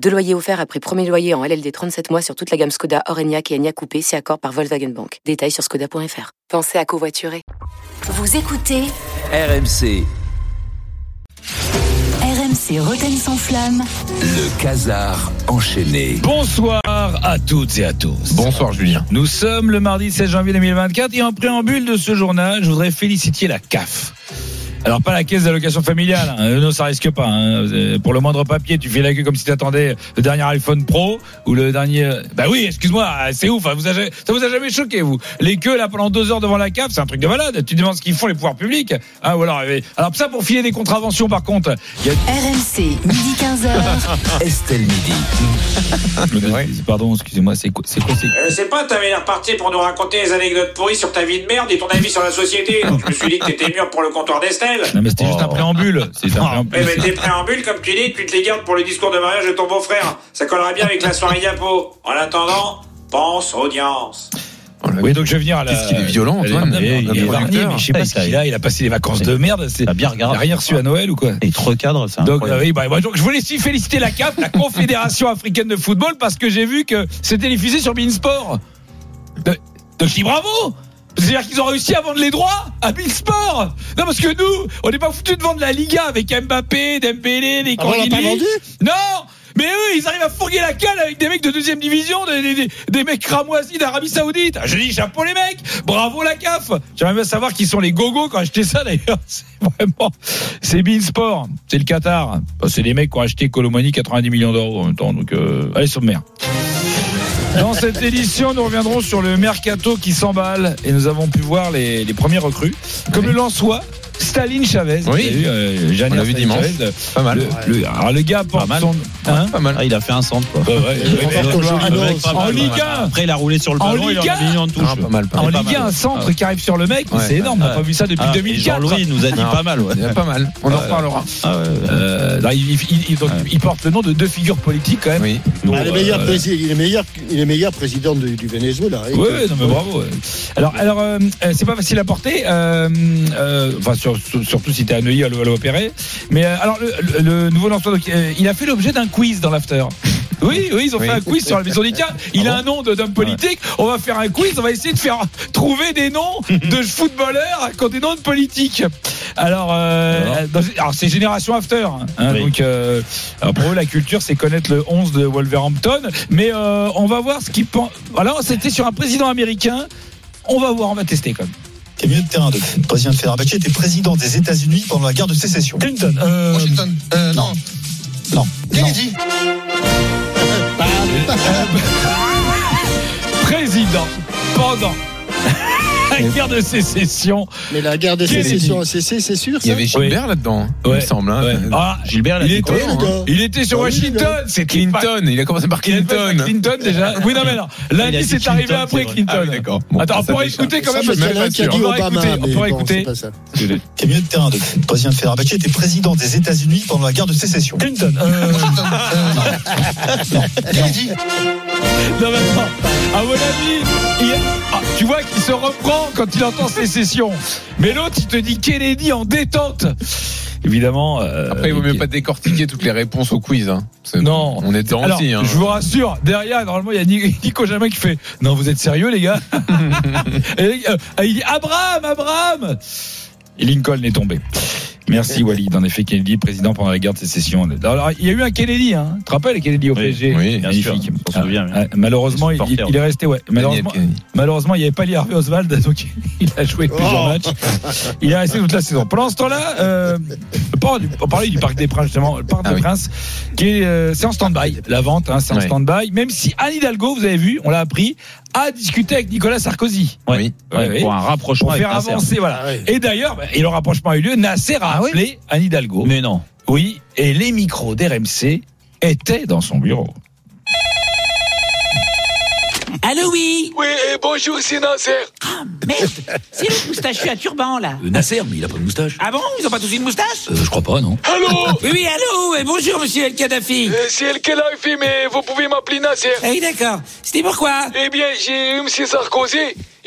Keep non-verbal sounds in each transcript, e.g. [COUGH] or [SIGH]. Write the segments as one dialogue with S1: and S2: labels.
S1: Deux loyers offerts après premier loyer en LLD 37 mois sur toute la gamme Skoda, Orenia et Enya Coupé, si accord par Volkswagen Bank. Détails sur skoda.fr. Pensez à covoiturer.
S2: Vous écoutez
S3: RMC,
S2: RMC Roten sans flamme.
S3: le casar enchaîné.
S4: Bonsoir à toutes et à tous.
S5: Bonsoir Julien.
S4: Nous sommes le mardi 16 janvier 2024 et en préambule de ce journal, je voudrais féliciter la CAF. Alors pas la caisse d'allocation familiale, hein. Euh, non ça risque pas. hein. Euh, Pour le moindre papier, tu fais la queue comme si t'attendais le dernier iPhone Pro ou le dernier. Bah oui, excuse-moi, ah, c'est ouf. hein, Vous a... Ça vous a jamais choqué vous Les queues là pendant deux heures devant la CAF, c'est un truc de malade. Tu demandes ce qu'ils font les pouvoirs publics. hein, ou alors, euh, alors ça pour filer des contraventions par contre.
S5: [LAUGHS]
S4: Il y a...
S2: RMC, midi 15h.
S3: Estelle Midi.
S4: Pardon, excusez-moi, c'est quoi, c'est quoi, c'est
S6: Je sais pas, t'avais l'air parti pour nous raconter des anecdotes pourries sur ta vie de merde et ton avis sur la société. Donc, je me suis dit que t'étais mûr pour le comptoir d'Estelle.
S4: Non, mais c'était juste un préambule. C'est un préambule.
S6: Oh. Eh, Mais, mais tes préambules, comme tu dis, tu te les gardes pour le discours de mariage de ton beau-frère. Ça collera bien avec la soirée diapo. En attendant, pense audience.
S4: Oui, donc je vais venir à la.
S5: Qu'est-ce qu'il est violent, Antoine,
S4: Non, mais
S5: le-
S4: Il
S5: le
S4: est épargné,
S5: producteur. Bah,
S4: mais je sais pas ce qu'il a. Il a passé des vacances de merde. C'est-
S7: T'as bien
S4: Il a
S7: regardé.
S4: rien reçu à Noël ou quoi
S7: Et te recadre, c'est
S4: donc,
S7: incroyable.
S4: euh, oui, bah, bah, donc, je voulais aussi féliciter la CAF, la Confédération africaine de football, parce que j'ai vu que c'était diffusé sur Beansport. De- Euh, Donc je dis bravo c'est-à-dire qu'ils ont réussi à vendre les droits à Beansport Non, parce que nous, on n'est pas foutus de vendre la Liga avec Mbappé, Dembélé, les
S8: on l'a pas vendu
S4: Non Mais eux, ils arrivent à fourguer la cale avec des mecs de deuxième division, des, des- des- des mecs cramoisis d'Arabie Saoudite. Ah, Je dis chapeau les mecs Bravo la CAF J'aimerais bien savoir qui sont les gogos quand acheté ça d'ailleurs. [LAUGHS] C'est vraiment... C'est Beansport, c'est le Qatar. Bah, C'est les mecs qui ont acheté Colomani 90 millions d'euros en même temps. Donc, euh, allez, sommaire. Dans cette édition, nous reviendrons sur le mercato qui s'emballe et nous avons pu voir les, les premiers recrues, comme le Lançois, Staline Chavez.
S5: Oui.
S4: Vous avez vu, euh, Jeanne
S5: On l'a vu
S4: Staline
S5: dimanche.
S4: Chavez,
S5: Pas mal.
S4: le, le- alors le gars porte
S7: mal.
S4: son. hein Ah,
S5: Pas mal.
S7: Ah, il a fait un centre, quoi.
S4: Ouais, ouais, ouais, mais-
S8: Roberto
S7: Le
S8: Jolinos.
S7: mec, pas mal,
S4: En
S7: ouais.
S4: Ligue 1.
S7: Après, il a roulé sur le
S4: En
S7: ballon, il en
S4: Ligue
S7: a
S4: 1.
S7: mis une en touche.
S5: Non, pas mal. Pas
S4: en
S5: mal.
S7: pas
S4: Ligue 1,
S7: mal.
S4: un centre qui arrive sur le mec, mais
S5: Ouais.
S4: c'est énorme. On n'a
S7: Ouais.
S4: pas vu ça depuis
S7: Ah, et
S4: 2004.
S7: Jean-Louis nous a dit
S5: Non.
S7: pas mal, [LAUGHS] ouais.
S5: Il y a Ah, Pas mal. Euh, On en reparlera.
S7: Ah, ouais, ouais.
S4: Euh, non, il, il- il- donc, il porte le nom de deux figures politiques quand même.
S5: Oui.
S4: Donc,
S8: Ah, le
S4: euh,
S8: meilleur
S4: voilà.
S8: prési- il, est meilleur, il est meilleur président du, du Venezuela. hein.
S4: Oui, oui, non, mais bravo. ouais. Alors, alors euh, euh, c'est pas facile à porter, euh, euh, enfin, sur- sur- surtout si t'es à Neuilly à le opérer. Mais euh, alors, le, le- le nouveau lanceur, donc, euh, il a fait l'objet d'un quiz dans l'after. Oui, oui, ils ont
S5: Oui.
S4: fait un quiz sur la maison des cas. Il a un nom de- d'homme politique. On va faire un quiz. On va essayer de faire trouver des noms de footballeurs quand des noms de politiques. Alors, euh, dans- alors, c'est génération after. hein,
S7: Oui.
S4: Donc, euh, alors, pour eux, la culture, c'est connaître le 11 de Wolverhampton. Mais euh, on va voir ce qu'ils pensent. Alors, c'était sur un président américain. On va voir, on va tester quand même.
S9: T'es milieu de terrain, donc. Le président de Fenerbahçe était président des États-Unis pendant la guerre de sécession. Clinton. Euh, Washington. Euh, non. Non. Kennedy.
S4: Président pendant [LAUGHS] la guerre de sécession.
S8: Mais la guerre des
S4: Kennedy.
S8: sécessions a cessé, c'est sûr.
S5: Il y
S8: ça
S5: avait Gilbert là-dedans, hein, il me semble. hein.
S4: Ouais. Ah,
S7: Gilbert, l'a
S4: il
S7: dit
S4: est
S7: quoi
S8: Ouais, le gars.
S4: il était sur
S8: Ah oui,
S4: Washington. C'est Clinton.
S5: Clinton, hein il a commencé par
S4: Il a pas
S5: Clinton.
S4: Clinton déjà. Oui, non, mais non.
S7: Il a
S4: Lundi,
S7: dit
S4: c'est
S7: Clinton,
S4: arrivé
S7: c'est
S4: après
S7: vrai.
S4: Clinton.
S5: Ah oui, d'accord. Bon,
S4: Attends, on
S5: bah, ça
S4: pourrait
S5: m'échappe.
S4: écouter quand
S8: Ça,
S4: même.
S8: parce
S4: je
S8: qu'il y en a un
S4: suis
S8: qui
S4: même
S8: a dit
S4: pas sûr. On pourrait
S8: Obama,
S4: écouter,
S8: mais
S4: on pourrait
S8: bon, c'est
S4: écouter.
S8: pas
S5: Ah,
S8: ça.
S9: T'es milieu de terrain, donc. Le président de Fenerbahçe était président des États-Unis pendant la guerre de sécession. Clinton. Euh, Washington. Euh, non. non. Kennedy.
S4: Non, mais attends. À mon avis, il- ah, tu vois qu'il se reprend quand il entend sécession. Mais l'autre, il te dit Kennedy en détente. Évidemment. euh,
S5: Après, il vaut mieux pas décortiquer toutes les réponses au quiz. hein. C'est-
S4: Non.
S5: On est dedans
S4: Alors,
S5: aussi. hein.
S4: je vous rassure, derrière, normalement, il y a Ni- Nico Jamin qui fait Non, vous êtes sérieux, les gars [LAUGHS] Et, euh, Il dit Abraham, Abraham Et Lincoln est tombé. Merci Walid, en effet Kennedy, président pendant la guerre de sécession. Alors, il y a eu un Kennedy, hein. tu te rappelles Kennedy au
S7: Oui,
S4: PSG
S5: oui,
S7: bien
S4: Magnifique.
S7: sûr, on s'en souvient, oui.
S4: Ah, Malheureusement,
S7: Les
S4: il,
S7: supporters.
S4: il est resté, ouais.
S5: Daniel
S4: Malheureusement,
S5: Kennedy.
S4: Malheureusement, il n'y avait pas les Harvey Oswald, [LAUGHS] donc il a joué plusieurs
S8: Oh.
S4: matchs. Il est resté toute la saison. Pendant ce temps-là, euh, on du- on parlait du Parc des Princes, justement. Le Parc
S5: Ah
S4: des
S5: oui.
S4: Princes, qui est, euh, c'est en stand-by. La vente, hein, c'est en
S5: Ouais.
S4: stand-by. Même si Anne Hidalgo, vous avez vu, on l'a appris, a discuté avec Nicolas Sarkozy.
S7: Ouais.
S5: Oui.
S4: Ouais, ouais.
S7: Pour un rapprochement
S4: Pour
S7: avec
S4: faire
S7: Nasser.
S4: avancer, voilà.
S8: Ah ouais.
S4: Et d'ailleurs, bah, et le rapprochement a eu lieu, Nasser a
S7: Ah oui
S4: appelé Anne Hidalgo.
S7: Mais non.
S4: Oui, et les micros d'RMC étaient dans son bureau.
S10: Allô, oui
S11: Oui, et bonjour, c'est Nasser.
S10: Merde C'est le moustachu à turban, là
S12: Euh, Nasser, mais il a pas de moustache.
S10: Ah bon Ils ont pas tous une moustache
S12: Euh, je crois pas, non [LAUGHS]
S11: Allô
S10: Oui, oui, allô et Bonjour, monsieur El Kadhafi
S11: Euh, C'est El Khelaïfi, mais vous pouvez m'appeler Nasser.
S10: Ah oui, d'accord. C'était pourquoi
S11: Eh bien, j'ai eu M. Sarkozy.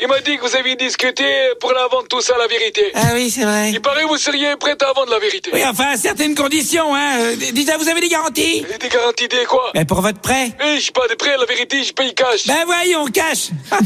S11: Il m'a dit que vous aviez discuté pour la vente tout ça, la vérité.
S10: Ah oui, c'est vrai.
S11: Il paraît que vous seriez prêt à vendre la vérité.
S10: Oui, enfin, à certaines conditions, hein. Euh, d- Déjà, vous avez des garanties
S11: Des garanties des quoi
S10: Mais pour votre prêt
S11: Eh, j'ai pas de prêt, la vérité, je paye cash.
S10: Ben voyons, cash [LAUGHS]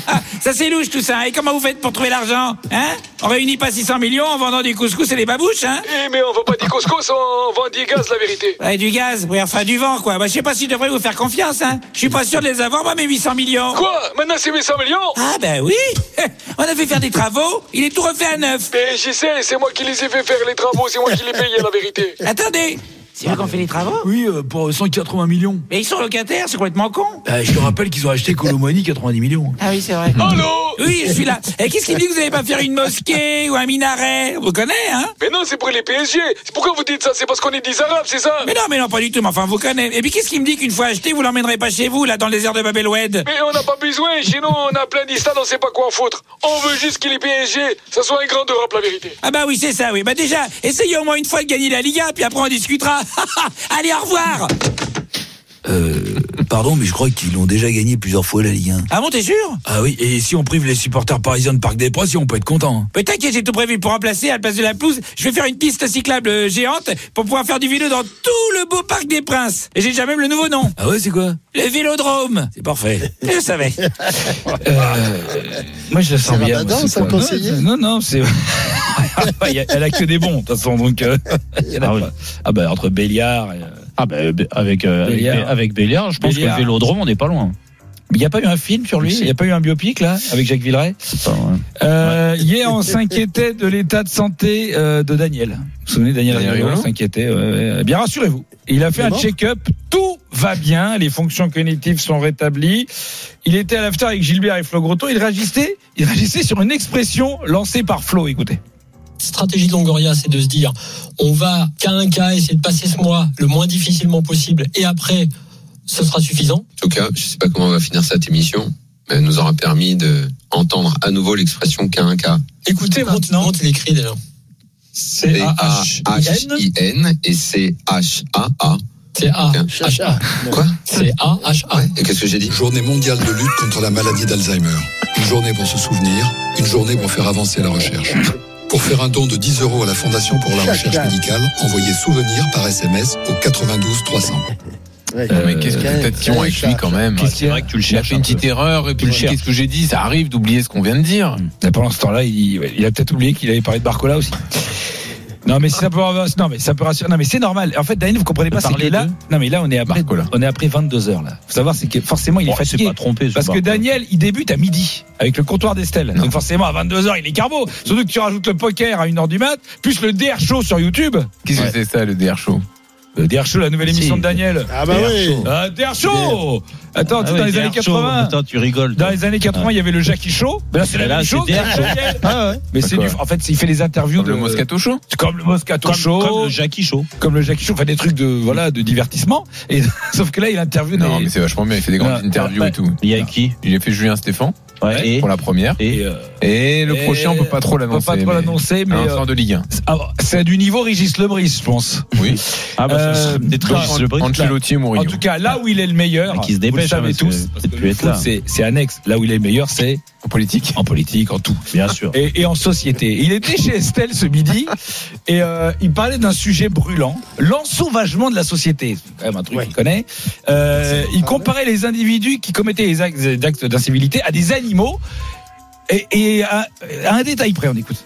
S10: Ça c'est louche tout ça. Et comment vous faites pour trouver l'argent Hein On réunit pas 600 millions en vendant des couscous et des babouches, hein
S11: Eh, mais on vend pas des couscous, on vend des gaz, la vérité.
S10: Ouais, du gaz, oui, enfin du vent, quoi. Bah, je sais pas si je devrais vous faire confiance, hein. Je suis pas sûr de les avoir, moi, mes 800 millions.
S11: Quoi Maintenant, c'est 800 millions
S10: Ah, ben oui [LAUGHS] On a fait faire des travaux, il est tout refait à neuf.
S11: Eh, je sais, c'est moi qui les ai fait faire les travaux, c'est moi qui les payais, la vérité.
S10: Attendez C'est vrai qu'on fait des travaux
S12: Oui, euh, pour 180 millions.
S10: Mais ils sont locataires, c'est complètement con.
S12: Euh, je te rappelle qu'ils ont acheté Colomani 90 millions.
S10: Ah oui, c'est
S12: [LAUGHS]
S10: vrai.
S11: Allô
S10: Oui, je suis là. Et qu'est-ce qui me dit que vous allez pas faire une mosquée ou un minaret On vous connaît, hein
S11: Mais non, c'est pour les PSG. C'est Pourquoi vous dites ça C'est parce qu'on est des Arabes, c'est ça
S10: Mais non, mais non, pas du tout, mais enfin, vous connaissez. Et puis, qu'est-ce qui me dit qu'une fois acheté, vous l'emmènerez pas chez vous, là, dans le désert de Babelwed
S11: Mais on n'a pas besoin, chez nous on a plein d'Istas, on sait pas quoi en foutre. On veut juste qu'il est PSG, ça soit un grand Europe la vérité.
S10: Ah bah oui, c'est ça, oui. Bah déjà, essayez au moins une fois de gagner la Liga, puis après on discutera. [LAUGHS] Allez, au revoir
S12: Euh, pardon, mais je crois qu'ils l'ont déjà gagné plusieurs fois la Ligue 1.
S10: Ah bon, t'es sûr
S12: Ah oui, et si on prive les supporters parisiens de Parc des Princes, on peut être hein. content.
S10: Mais t'inquiète, j'ai tout prévu pour remplacer, à la place de la pelouse, je vais faire une piste cyclable euh, géante pour pouvoir faire du vélo dans tout le beau parc des Princes. Et j'ai déjà même le nouveau nom,
S12: Ah ouais, c'est quoi
S10: le Vélodrome.
S12: C'est parfait.
S10: Je le
S4: [LAUGHS]
S10: savais.
S4: Euh, Moi, je la
S8: C'est
S4: sens bien.
S8: Ramadan,
S4: c'est
S8: ça, le
S4: quoi
S8: conseiller
S4: Non, non, c'est. Il y a- Elle a que des bons, de toute façon. Donc, euh, il y en a
S7: Ah oui.
S4: pas. Ah bah, entre Béliard. et, euh,
S7: Ah ben avec euh, avec,
S4: Béliard.
S7: Bé- avec Béliard, je pense
S4: Béliard.
S7: que le Vélodrome, on n'est pas loin.
S4: Mais il n'y a pas eu un film sur lui Il n'y a pas eu un biopic, là, avec Jacques Villeray
S7: Enfin, ouais.
S4: Euh, Hier, on s'inquiétait de l'état de santé euh, de Daniel. Vous vous souvenez, Daniel,
S5: Daniel
S4: Riolo,
S5: Riolo
S4: on s'inquiétait. ouais, ouais. Bien rassurez-vous. Il a fait
S8: Il est
S4: un
S8: mort
S4: check-up. Tout va bien. Les fonctions cognitives sont rétablies. Il était à l'after avec Gilbert et Flo Grotto. Il réagissait, il réagissait sur une expression lancée par Flo. Écoutez.
S13: stratégie de Longoria, c'est de se dire on va cas un cas essayer de passer ce mois le moins difficilement possible et après ce sera suffisant.
S14: En tout cas, je ne sais pas comment on va finir cette émission, mais elle nous aura permis d'entendre à nouveau l'expression qu'un cas.
S13: Écoutez maintenant. Comment tu l'écris déjà
S14: C'est A-H-I-N et c'est H-A-A.
S13: C'est A.
S14: H-
S5: ah,
S13: H-A.
S14: Quoi
S13: C'est A H
S4: Ah.
S13: A.
S14: Et qu'est-ce que j'ai dit
S15: Journée mondiale de lutte contre la maladie d'Alzheimer. Une journée pour se souvenir, une journée pour faire avancer la recherche. Pour faire un don de 10 euros à la Fondation pour la recherche médicale, envoyez souvenir par SMS au 92 300.
S8: Ouais.
S5: Non, Ah, mais qu'est-ce que
S8: Euh,
S5: peut-être qu'ils ont avec
S8: ça-
S5: lui quand même hein,
S4: Qu'est-ce qu'il
S7: C'est
S4: y a
S7: vrai que tu le
S5: Il a
S7: cherches.
S5: fait une
S7: un
S5: petite
S7: peu.
S5: erreur et puis
S7: le cherches.
S5: qu'est-ce que j'ai dit Ça arrive d'oublier ce qu'on vient de dire.
S4: Et pendant ce temps-là, il, ouais, il a peut-être oublié qu'il avait parlé de Barcola aussi. Non mais si ça peut non mais ça peut rassurer non mais c'est normal en fait Daniel vous comprenez pas c'est que
S7: Parler
S4: là
S7: de-
S4: non mais là on est après
S5: Barcola.
S4: on est après 22 heures là faut savoir c'est que forcément
S5: Oh,
S4: il est
S7: Bon,
S4: fatigué
S7: c'est pas trompé. ce
S4: Parce que
S7: Barcola.
S4: Daniel, il débute à midi avec le comptoir d'Estelle. Donc forcément, à 22h, il est carbo. Surtout que tu rajoutes le poker à 1h du mat, plus le DR Show sur YouTube.
S5: Qu'est-ce que c'est ça, le DR Show
S4: Le DR Show, la nouvelle émission
S7: Si.
S4: de Daniel.
S8: Ah bah oui.
S4: Ah, DR Show Attends, tu
S7: Ah
S4: sais, dans
S7: ouais,
S4: les années
S7: DR Show.
S4: 80.
S7: Attends, tu rigoles. toi.
S4: Dans les années 80, il y avait le Jackie Show. Mais là, c'est la même
S7: Et Ah. Bah, là, c'est
S4: chose.
S7: DR Show.
S4: Daniel.
S7: Ah ouais.
S4: Mais c'est
S5: Quoi
S4: du. En fait, il fait les interviews
S5: Comme le
S4: de-
S5: Moscato Show
S4: Comme le Moscato
S7: Comme,
S4: Show.
S7: comme le Jackie Show.
S4: comme le Jackie Show. Enfin, des trucs de, voilà, de divertissement. Et, [LAUGHS] sauf que là, il interviewe
S5: Non,
S4: des-
S5: mais c'est vachement bien. Il fait des grandes
S4: Ouais,
S5: interviews
S4: ouais.
S5: et tout.
S7: Il y a qui
S5: Il a fait Julien Stéphane
S7: Ouais. Et,
S5: pour la première.
S7: et,
S4: euh,
S5: Et le
S4: et-
S5: prochain, on peut pas trop l'annoncer.
S4: On peut pas trop
S5: mais-
S4: l'annoncer, mais.
S5: Un
S4: euh,
S5: sort de Ligue 1.
S4: Alors, c'est du niveau Régis Lebris, je pense.
S5: Oui.
S7: ah bah, ça
S4: euh,
S7: serait peut-être
S4: donc,
S7: Régis Lebris.
S5: Ancelotti et
S4: En
S5: Mourinho.
S4: tout cas, là où il est le meilleur,
S7: Ah, qui se
S4: vous le
S7: dépêche,
S4: savez
S7: hein, parce
S4: tous,
S7: que
S4: parce que
S7: peut-être
S4: le
S7: plus être
S4: foot,
S7: là.
S4: c'est- c'est annexe. Là où il est le meilleur, c'est
S5: En politique.
S4: en politique, en tout.
S7: Bien sûr.
S4: Et, et en société. Il était chez Estelle ce
S8: [LAUGHS]
S4: midi et euh, il parlait d'un sujet brûlant, l'ensauvagement de la société. C'est quand même un truc
S8: Ouais.
S4: qu'il connaît. Euh, il comparait les individus qui commettaient les actes des actes d'incivilité à des animaux et, et à, à un détail près, on écoute.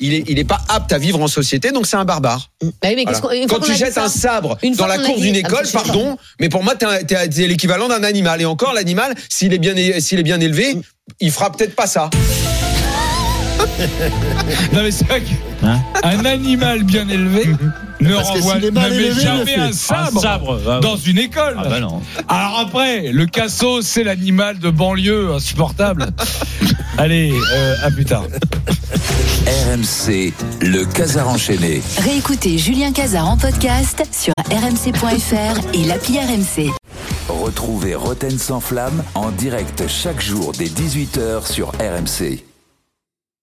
S16: il est, il est pas apte à vivre en société, donc c'est un barbare. Voilà. Quand tu jettes un sabre
S17: une
S16: dans
S17: fois
S16: la
S17: qu'on a
S16: cour
S17: dit-
S16: d'une
S17: Ah,
S16: école,
S17: c'est
S16: pardon, mais pour moi, t'es un- t'es t'es l'équivalent d'un animal. Et encore, l'animal, s'il est bien, é- s'il est bien élevé, il fera peut-être pas ça.
S4: Non mais c'est vrai que
S7: Hein
S4: un animal bien
S8: [LAUGHS]
S4: élevé ne
S8: Parce que
S4: renvoie
S8: s'il est mal
S4: ne met
S8: élevé, le
S4: jamais
S8: fait.
S4: un sabre,
S7: Un sabre, bah ouais.
S4: dans une école.
S7: Ah bah non.
S4: Alors après, le casso, c'est l'animal de banlieue
S7: [LAUGHS]
S4: insupportable. Allez, euh, à plus tard.
S3: RMC, le Casar enchaîné.
S2: Réécoutez Julien Cazard en podcast sur rmc.fr et l'appli RMC.
S3: Retrouvez Roten sans flamme en direct chaque jour dès 18h sur RMC.